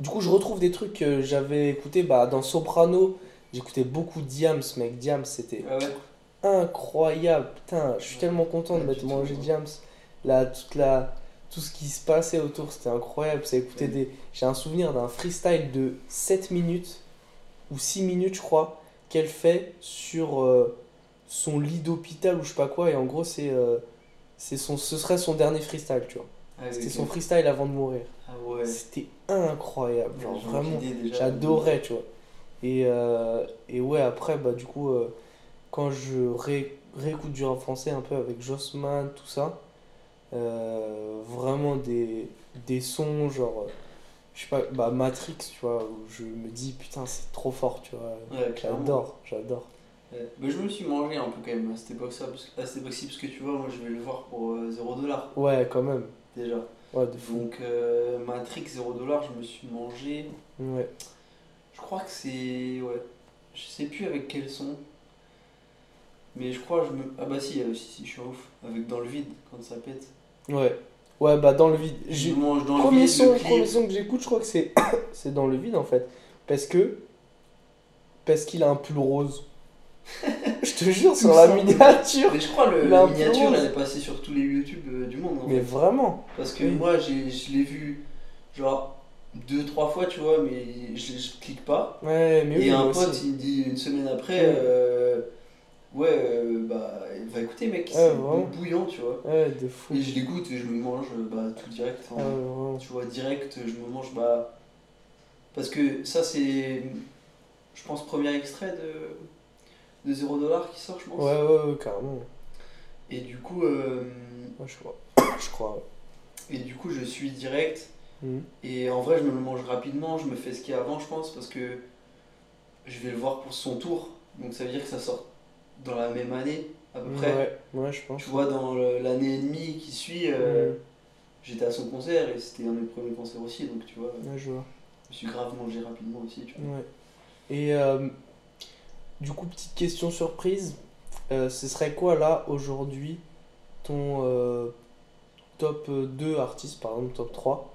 du coup, je retrouve des trucs que j'avais écouté bah dans Soprano, j'écoutais beaucoup Diams, mec. Diams, c'était
Ah ouais,
incroyable. Putain, je suis tellement content de
Ouais,
m'être
du tout,
mangé
ouais.
James. Là, toute la, tout ce qui se passait autour, c'était incroyable. Ça écoutait
Ouais.
des. J'ai un souvenir d'un freestyle de 7 minutes ou 6 minutes, je crois, qu'elle fait sur euh, son lit d'hôpital ou je sais pas quoi. Et en gros, c'est euh, c'est son, ce serait son dernier freestyle, tu vois.
ah, ouais,
C'était
ok.
son freestyle avant de mourir.
Ah ouais,
C'était incroyable, genre
J'ai
vraiment.
envie d'aider, déjà.
J'adorais, tu vois. Et, euh, et ouais, après, bah, du coup, euh, quand je ré- réécoute du rap français un peu avec Jossman, tout ça, euh, vraiment des, des sons, genre, euh, je sais pas, bah, Matrix, tu vois, où je me dis, putain, c'est trop fort, tu vois.
Ouais, clairement.
J'adore, j'adore.
Ouais. Bah, je me suis mangé un peu quand même à cette époque-là, parce, que- à cette époque-ci, parce que tu vois, moi je vais le voir pour euh, 0$
Ouais, quand même.
déjà.
Ouais, de fou.
Donc euh, Matrix 0$, je me suis mangé.
Ouais.
Je crois que c'est. Ouais. Je sais plus avec quel son. Mais je crois que je me. Ah bah si, euh, si, si, je suis ouf. Avec Dans le vide, quand ça pète.
Ouais. Ouais, bah, dans le vide.
Je
J'ai-
me mange dans le
Premier
vide.
son,
le clip.
premier son que j'écoute, je crois que c'est c'est dans le vide en fait. Parce que. Parce qu'il a un pull rose. je te jure, sur la
simplement.
miniature.
Mais je crois que la
L'influence.
miniature, elle est passée sur tous les YouTube euh, du monde. en
Mais
fait.
vraiment.
Parce que
oui.
moi, j'ai- je l'ai vu. genre deux, trois fois, tu vois, mais je, je clique pas.
Ouais, mais oui,
et un
moi
pote,
aussi.
il me dit une semaine après,
Ouais.
euh, ouais, euh, bah, va écouter, mec, c'est
vraiment.
bouillant, tu vois.
Ouais, de fou.
Et je l'écoute et je me mange euh, bah, tout direct.
Ah ouais,
enfin,
vraiment.
Tu vois, direct, je me mange, bah. Parce que ça, c'est. Je pense, premier extrait de. De 0$ dollar qui sort, je pense.
Ouais, ouais, ouais, carrément.
Et du coup. euh,
Moi, je crois. je crois, ouais.
Et du coup, je suis direct.
Mhm.
Et en vrai, je me le mange rapidement. Je me fais ce qu'il y a avant, je pense, parce que je vais le voir pour son tour. Donc ça veut dire que ça sort dans la même année, à peu près.
Ouais, ouais, je pense.
Tu vois, dans le- l'année et demie qui suit, euh, j'étais à son concert et c'était un de mes premiers concerts aussi. Donc tu vois,
Mm, ouais, je vois.
je me suis grave mangé rapidement aussi. Tu vois.
Ouais. Et euh, du coup, petite question surprise, euh, ce serait quoi là aujourd'hui ton euh, top 2 artistes, par exemple top 3,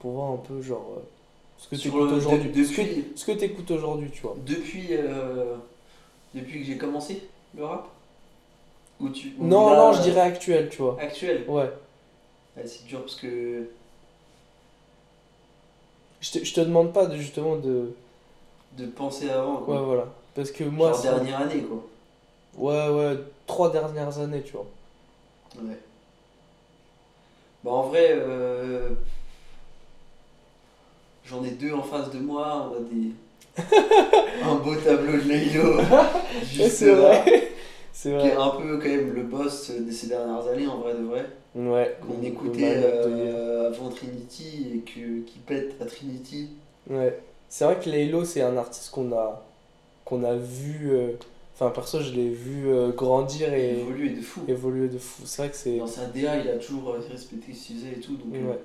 pour voir un peu genre euh, ce que tu
Sur le-
écoutes aujourd'hui
de-
ce que-
depuis-
Ce que tu écoutes aujourd'hui, tu vois.
Depuis, euh, depuis que j'ai commencé le rap Ou tu, ou
Non,
là,
non,
euh,
je dirais actuel, tu vois.
Actuel
Ouais.
Ouais, C'est dur parce que.
Je te, je te demande pas de, justement de.
de penser avant.
Ouais,
Quoi.
voilà. Parce que moi,
Genre
c'est-
dernière année quoi.
Ouais, ouais, trois dernières années, tu vois.
Ouais. Bah en vrai, euh, j'en ai deux en face de moi, on a des... un beau tableau de Leilo,
Ouais,
juste
C'est
là, qui
vrai. C'est
est
vrai.
un peu quand même le boss de ces dernières années en vrai de vrai,
Ouais.
qu'on
Le
écoutait
malade de hier.
euh, avant Trinity et que, qui pète à Trinity.
Ouais. C'est vrai que Laylo, c'est un artiste qu'on a, qu'on a vu. euh, Enfin, perso, je l'ai vu euh, grandir
Il
et
évolue de fou.
évoluer de fou. C'est vrai que c'est.
Dans sa DA, il a toujours euh, respecté ce qu'il faisait et tout, donc euh,
Ouais.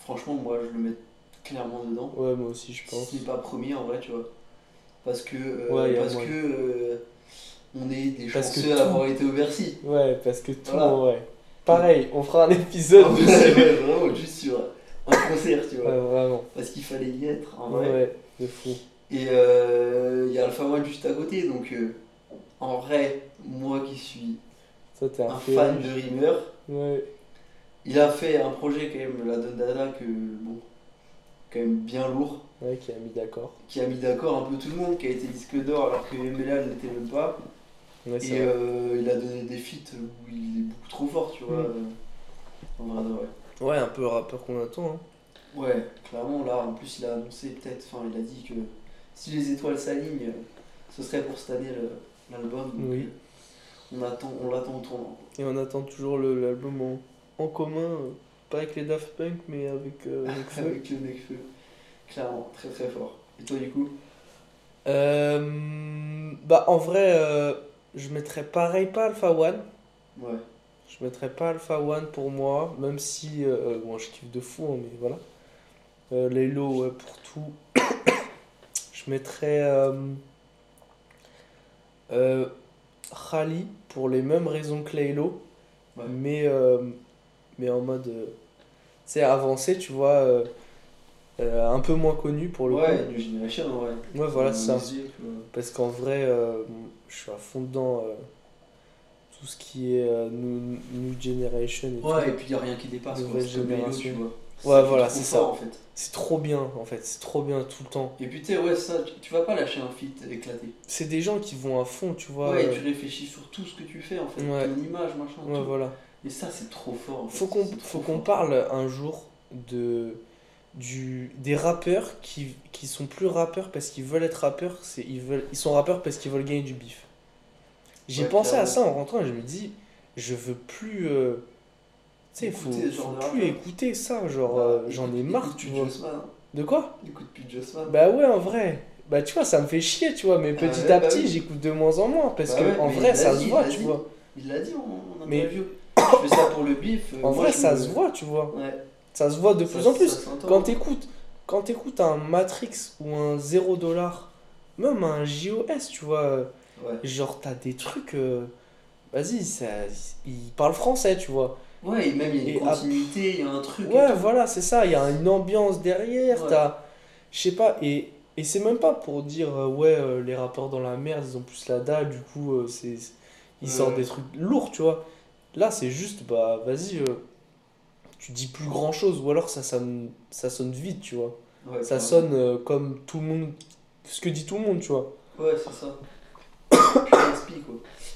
franchement, moi je le mets clairement dedans.
ouais, moi aussi, je pense.
si ce n'est pas premier en vrai, tu vois. Parce que, euh,
Ouais, y a
parce
moyen.
que euh, on est des
Parce que
chanceux
tout-
à avoir été au Bercy.
Ouais, parce que tout,
Voilà.
ouais. Pareil, on fera un épisode
Ouais,
dessus.
ouais, vraiment, juste sur un concert, tu vois.
Ouais, vraiment.
Parce qu'il fallait y être en vrai.
Ouais, de fou.
Et euh, il y a Alpha One juste à côté, donc euh, en vrai, moi qui suis
Ça, t'es un
un
peu.
fan de Rimmer,
Ouais,
il a fait un projet quand même, la Dondada, que bon, quand même bien lourd,
ouais, qui a mis d'accord.
qui a mis d'accord un peu tout le monde, qui a été disque d'or alors que MLA n'était même pas.
Ouais, c'est
Et
vrai.
euh, il a donné des feats où il est beaucoup trop fort, tu vois.
Mm.
euh, En vrai, de vrai.
Ouais, un peu rappeur qu'on attend. hein.
Ouais, clairement, là, en plus, il a annoncé peut-être, enfin, il a dit que si les étoiles s'alignent, euh, ce serait pour cette année le- l'album. donc,
Oui.
euh, On attend, on l'attend au tournant.
Et on attend toujours le- l'album en, en commun. euh, Pas avec les Daft Punk, mais avec euh, Nekfeu.
Avec le mec feu. Clairement, très très fort. Et toi, du coup
Euh, bah en vrai, euh, je mettrais pareil pas Alpha One.
Ouais.
Je mettrais pas Alpha One pour moi, même si euh, bon, je kiffe de fou, hein, mais voilà. Euh, Lelo, ouais, pour tout. je mettrais euh, euh, Khali pour les mêmes raisons que Lelo,
Ouais.
mais, euh, mais en mode euh, tu sais, avancé, tu vois, euh, euh, un peu moins connu pour le
Ouais, New Generation, en vrai.
coup. Ouais, voilà, c'est ça.
Musique, ouais.
Parce qu'en vrai, euh, je suis à fond dedans euh, tout ce qui est euh, new, new Generation et
Ouais, et
tout.
puis il n'y a rien qui dépasse, quoi.
Nouvelle
C'est comme Hello,
génération.
tu vois.
Ouais, voilà,
trop
c'est
fort,
ça.
en fait.
C'est trop bien, en fait, c'est trop bien tout le temps.
Et puis, tu sais, ouais, ça, tu- tu vas pas lâcher un feat éclaté.
C'est des gens qui vont à fond, tu vois.
Ouais, et
euh,
tu réfléchis sur tout ce que tu fais en fait,
Ouais.
ton image, machin.
ouais,
tout.
voilà.
Et ça, c'est trop fort. En fait.
Faut qu'on
C'est
faut
trop
qu'on
fort.
parle un jour de du des rappeurs qui, qui sont plus rappeurs parce qu'ils veulent être rappeurs, c'est ils veulent ils sont rappeurs parce qu'ils veulent gagner du bif. J'ai
Ouais,
pensé à
clairement.
ça en rentrant et je me dis je veux plus euh, tu sais faut,
Écouter ce genre
faut
de
plus
rappeur.
écouter ça genre
Bah,
euh,
écoute-
j'en ai
écoute
marre
plus
tu vois.
Jossman, hein.
De quoi
Écoute plus Jossman.
Bah ouais en vrai. Bah tu vois ça me fait chier tu vois mais
Ah
petit
ouais,
à
bah
petit
oui.
j'écoute de moins en moins parce
Bah
que
ouais,
en
mais
vrai ça
vas-y,
se voit
vas-y.
tu vois.
Il l'a dit en, en
Mais-
interview. Je fais ça pour le bif. euh,
En
moi,
vrai
je
ça
me-
se voit tu vois.
Ouais.
Ça se voit de
ça-
plus en plus.
ça s'entend.
Quand t'écoutes, quand t'écoutes un Matrix ou un 0$, même un JOS, tu vois, euh,
Ouais.
genre t'as des trucs. euh, Vas-y, ça, ils parlent français, tu vois.
ouais, et même il y a une
Et ap-
continuité, il y a un truc. et
Ouais,
tout.
voilà, c'est ça. Il y a une ambiance derrière.
Ouais.
T'as, je sais pas. Et, et c'est même pas pour dire euh, ouais euh, les rappeurs dans la merde, ils ont plus la dalle. Du coup, euh, c'est ils
Ouais.
sortent des trucs lourds, tu vois. Là, c'est juste bah vas-y, euh, tu dis plus grand chose ou alors ça sonne, ça sonne vite, tu vois.
Ouais,
Ça
clairement.
sonne euh, comme tout le monde, ce que dit tout le monde, tu vois.
Ouais, c'est ça. Putain, spi, quoi.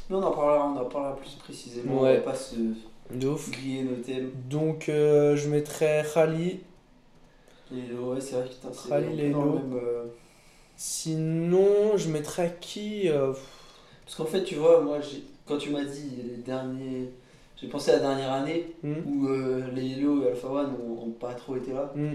Mais on en parlera, on en parlera plus précisément. On
Ouais.
va pas se
De ouf.
griller nos thèmes.
Donc euh, je mettrais Khali.
Et ouais, c'est vrai que putain, c'est
Khalil
un peu
et
dans le
Lo.
même, euh,
Sinon, je mettrais qui euh,
Parce qu'en fait, tu vois, moi, j'ai- quand tu m'as dit les derniers. J'ai pensé à la dernière année
hmm,
où euh, les Hello et Alpha One ont, ont pas trop été là.
hmm.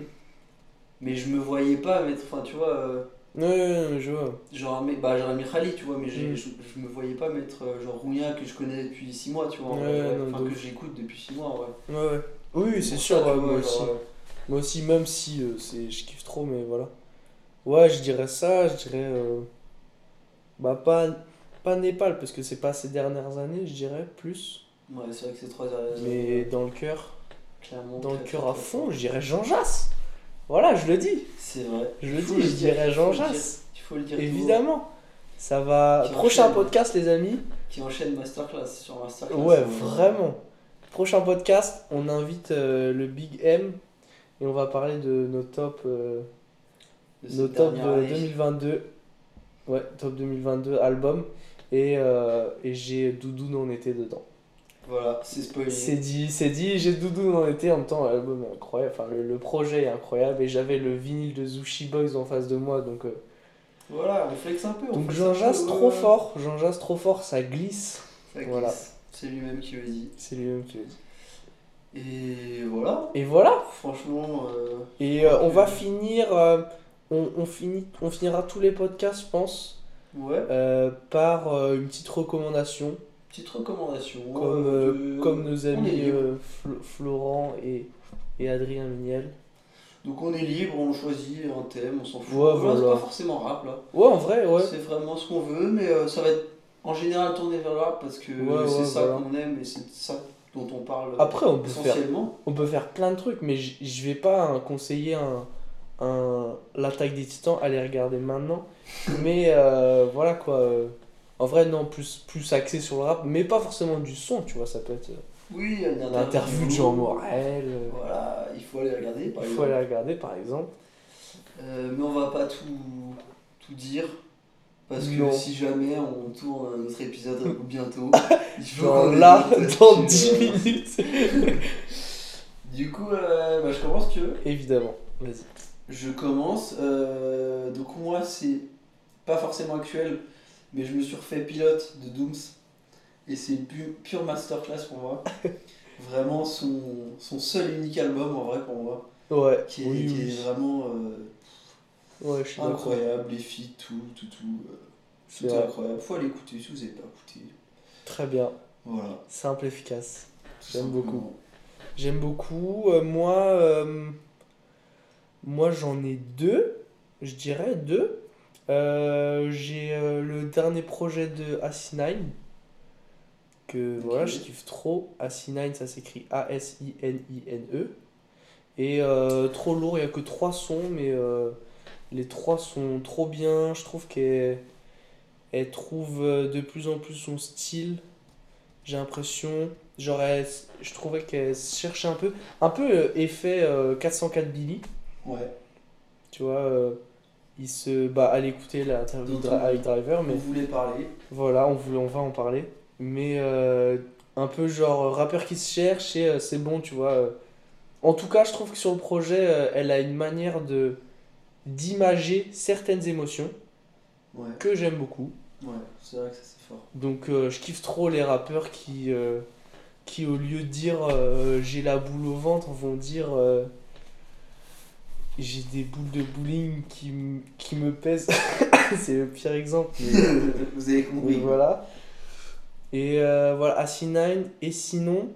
Mais je me voyais pas mettre. Enfin, tu vois, euh,
Ouais, ouais, ouais, je vois.
j'aurais mis, bah, j'aurais mis Khali, tu vois, mais j'ai-
Mm.
je, je me voyais pas mettre euh, genre Rounia que je connais depuis 6 mois, tu vois. en
Ouais,
vrai,
non,
Enfin,
de
que
ouf.
j'écoute depuis 6 mois, ouais.
Ouais, ouais. Oui, c'est
Pour
sûr,
ça, tu
ouais,
vois,
moi
genre,
aussi.
euh,
Moi aussi, même si euh, c'est, je kiffe trop, mais voilà. Ouais, je dirais ça, je dirais. euh, Bah, pas, pas Népal, parce que c'est pas ces dernières années, je dirais, plus.
Ouais, c'est vrai que ces trois dernières
Mais
années,
dans le cœur,
clairement,
dans le
très,
cœur
très,
à
très
fond,
fort.
je dirais Jean Jass. Voilà, je le dis,
C'est vrai.
je le
Faut
dis,
le
je
dire,
dirais
faut
Jean
le dire.
Jass.
Il faut le dire. tout haut.
Évidemment. Ça va.
Qui
Prochain
enchaîne.
podcast, les amis.
Qui enchaîne masterclass sur masterclass. euh,
Ouais, vraiment. Prochain podcast, on invite euh, le Big M et on va parler de nos tops. euh,
De
Nos
cette
top
dernière
de
année.
2022. Ouais, top 2022 album. Et, euh, et j'ai Doudoune en été dedans.
Voilà,
C'est
c'est spoilé.
dit, c'est dit, j'ai Doudoune en été. En même temps, l'album est incroyable. Enfin, le, le projet est incroyable. Et j'avais le vinyle de Zushi Boys en face de moi. Donc, euh,
Voilà, on flex un peu. on
donc
flex
Jean
un peu, euh,
Jass,
ouais,
trop
ouais.
fort. Jean Jass, trop fort, ça glisse.
Ça glisse.
Voilà.
C'est lui-même qui le dit.
C'est lui-même qui le dit.
Et voilà.
Et voilà.
Franchement, euh,
Et euh, on va finir. euh, on, on finit, on finira tous les podcasts, je pense,
ouais.
euh, par euh, une petite recommandation.
Petite recommandation.
comme,
euh,
euh,
de-
comme nos
on est
amis
libre.
euh, Flo- Florent et, et Adrien Mignel.
Donc on est libre, on choisit un thème, on s'en fout.
Ouais,
C'est
voilà.
pas forcément rap là.
Ouais, en vrai, ouais.
C'est vraiment ce qu'on veut, mais euh, ça va être en général tourné vers là parce que
Ouais,
c'est
ouais,
ça
voilà.
qu'on aime et c'est ça dont on parle
Après, on peut, faire,
essentiellement.
on peut faire plein de trucs, mais j- je vais pas hein, conseiller un, un- l'attaque des titans, allez regarder maintenant. mais euh, voilà quoi. euh, En vrai, non, plus, plus axé sur le rap, mais pas forcément du son, tu vois. Ça peut être euh,
Oui, une interview.
l'interview de Jean Morel. euh,
Voilà, il faut aller regarder par
Il faut
exemple.
aller regarder par exemple.
Euh, mais on va pas tout, tout dire. Parce que
Non.
si jamais on tourne un autre épisode bientôt, il faut
Genre
qu'on ait
là,
une note
dans
là-dessus,
10
euh.
minutes.
Du coup, euh, bah, je commence, tu veux
Évidemment, vas-y.
Je commence. euh, donc moi, c'est pas forcément actuel, mais je me suis refait pilote de Dooms. Et c'est une pu- pure masterclass pour moi. Vraiment son, son seul unique album en vrai pour moi.
Ouais,
Qui est,
oui,
qui est
oui.
vraiment euh,
Ouais, je suis d'accord.
incroyable. Les filles, tout, tout, tout. euh,
C'est
tout est
vrai.
incroyable. Faut aller écouter si vous n'avez pas écouté.
Très bien,
Voilà.
simple, efficace.
tout
J'aime beaucoup.
simplement.
J'aime beaucoup. Euh, moi, euh, moi j'en ai deux, je dirais deux. Euh, J'ai euh, le dernier projet de AC9 que
Ok.
voilà, je kiffe trop. AC9, ça s'écrit A-S-I-N-I-N-E. E. Et euh, trop lourd, il n'y a que trois sons, mais euh, les trois sont trop bien. Je trouve qu'elle elle trouve euh, de plus en plus son style. J'ai l'impression, genre, elle- je trouvais qu'elle cherchait un peu, un peu euh, effet euh, 404 Billy,
Ouais.
tu vois. euh, il se, bah, à l'écouter l'interview
D'autres-
dra- avec Driver, mais
On voulait parler.
voilà, on, voulait, on va en parler. Mais euh, un peu genre euh, rappeur qui se cherche et euh, c'est bon, tu vois. euh. En tout cas, je trouve que sur le projet, euh, elle a une manière de d'imager certaines émotions
Ouais.
que j'aime beaucoup.
Ouais. C'est vrai que ça c'est fort.
Donc euh, je kiffe trop les rappeurs qui, euh, qui au lieu de dire euh, j'ai la boule au ventre, vont dire euh, j'ai des boules de bowling qui, m- qui me pèsent. c'est le pire exemple. mais-
vous avez
oui,
compris.
voilà. Et euh, voilà, AC9. Et sinon,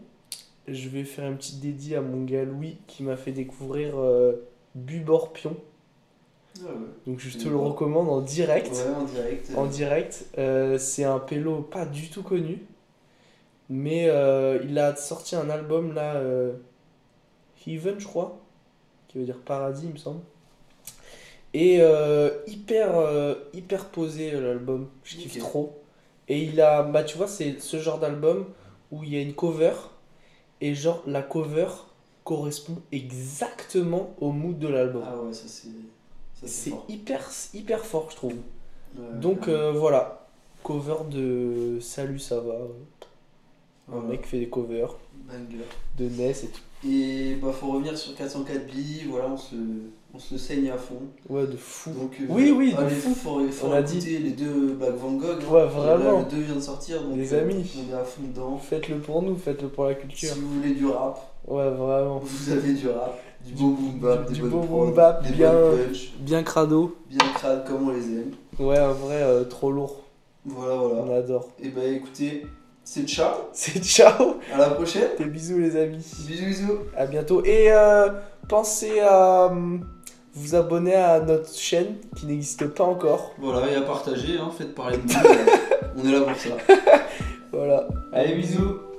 je vais faire un petit dédié à mon gars Louis qui m'a fait découvrir euh, Buborpion.
Ouais, ouais.
Donc je te le
Bubor.
recommande en direct.
Ouais, en direct.
En direct. Euh, c'est un pélo pas du tout connu. Mais euh, il a sorti un album là, euh, Heaven, je crois, qui veut dire paradis, il me semble. Et euh, hyper, euh, hyper posé euh, l'album, je kiffe
Ok.
trop. Et il a, bah tu vois, c'est ce genre d'album où il y a une cover, et genre la cover, correspond exactement au mood de l'album.
Ah ouais, ça c'est. ça,
c'est
fort. Bah,
hyper, hyper fort, je trouve.
Ouais,
Donc
ouais.
euh, voilà, cover de Salut, ça va. Un
Voilà.
mec fait des covers
Banger.
de Ness et tout.
Et bah faut revenir sur 404 billes, voilà, on se, on se saigne à fond.
Ouais, de fou.
Donc, euh,
Oui, oui, de
allez,
fou.
Faut, faut
On a
écouter les deux Black Van Gogh. hein.
Ouais,
Et là,
vraiment.
le 2 vient de sortir, donc
Les
euh,
amis.
on est à fond dedans.
Faites-le pour nous, faites-le pour la
Si
culture.
vous voulez du rap,
Ouais, vraiment.
vous avez du rap, du beau boom bap,
du-
des
du
bonnes
beau
prods,
boom bap,
des
bien-
bonnes punch,
Bien crado.
bien crade comme on les aime.
Ouais, en vrai, euh, trop lourd.
Voilà, voilà.
On adore.
Et bah écoutez, c'est ciao,
C'est ciao.
à la prochaine.
Des bisous, les amis.
Bisous, bisous.
À bientôt. Et euh, pensez à euh, vous abonner à notre chaîne qui n'existe pas encore.
Voilà, et à partager, hein, faites parler de nous. euh, on est là pour ça.
Voilà.
Allez, bisous.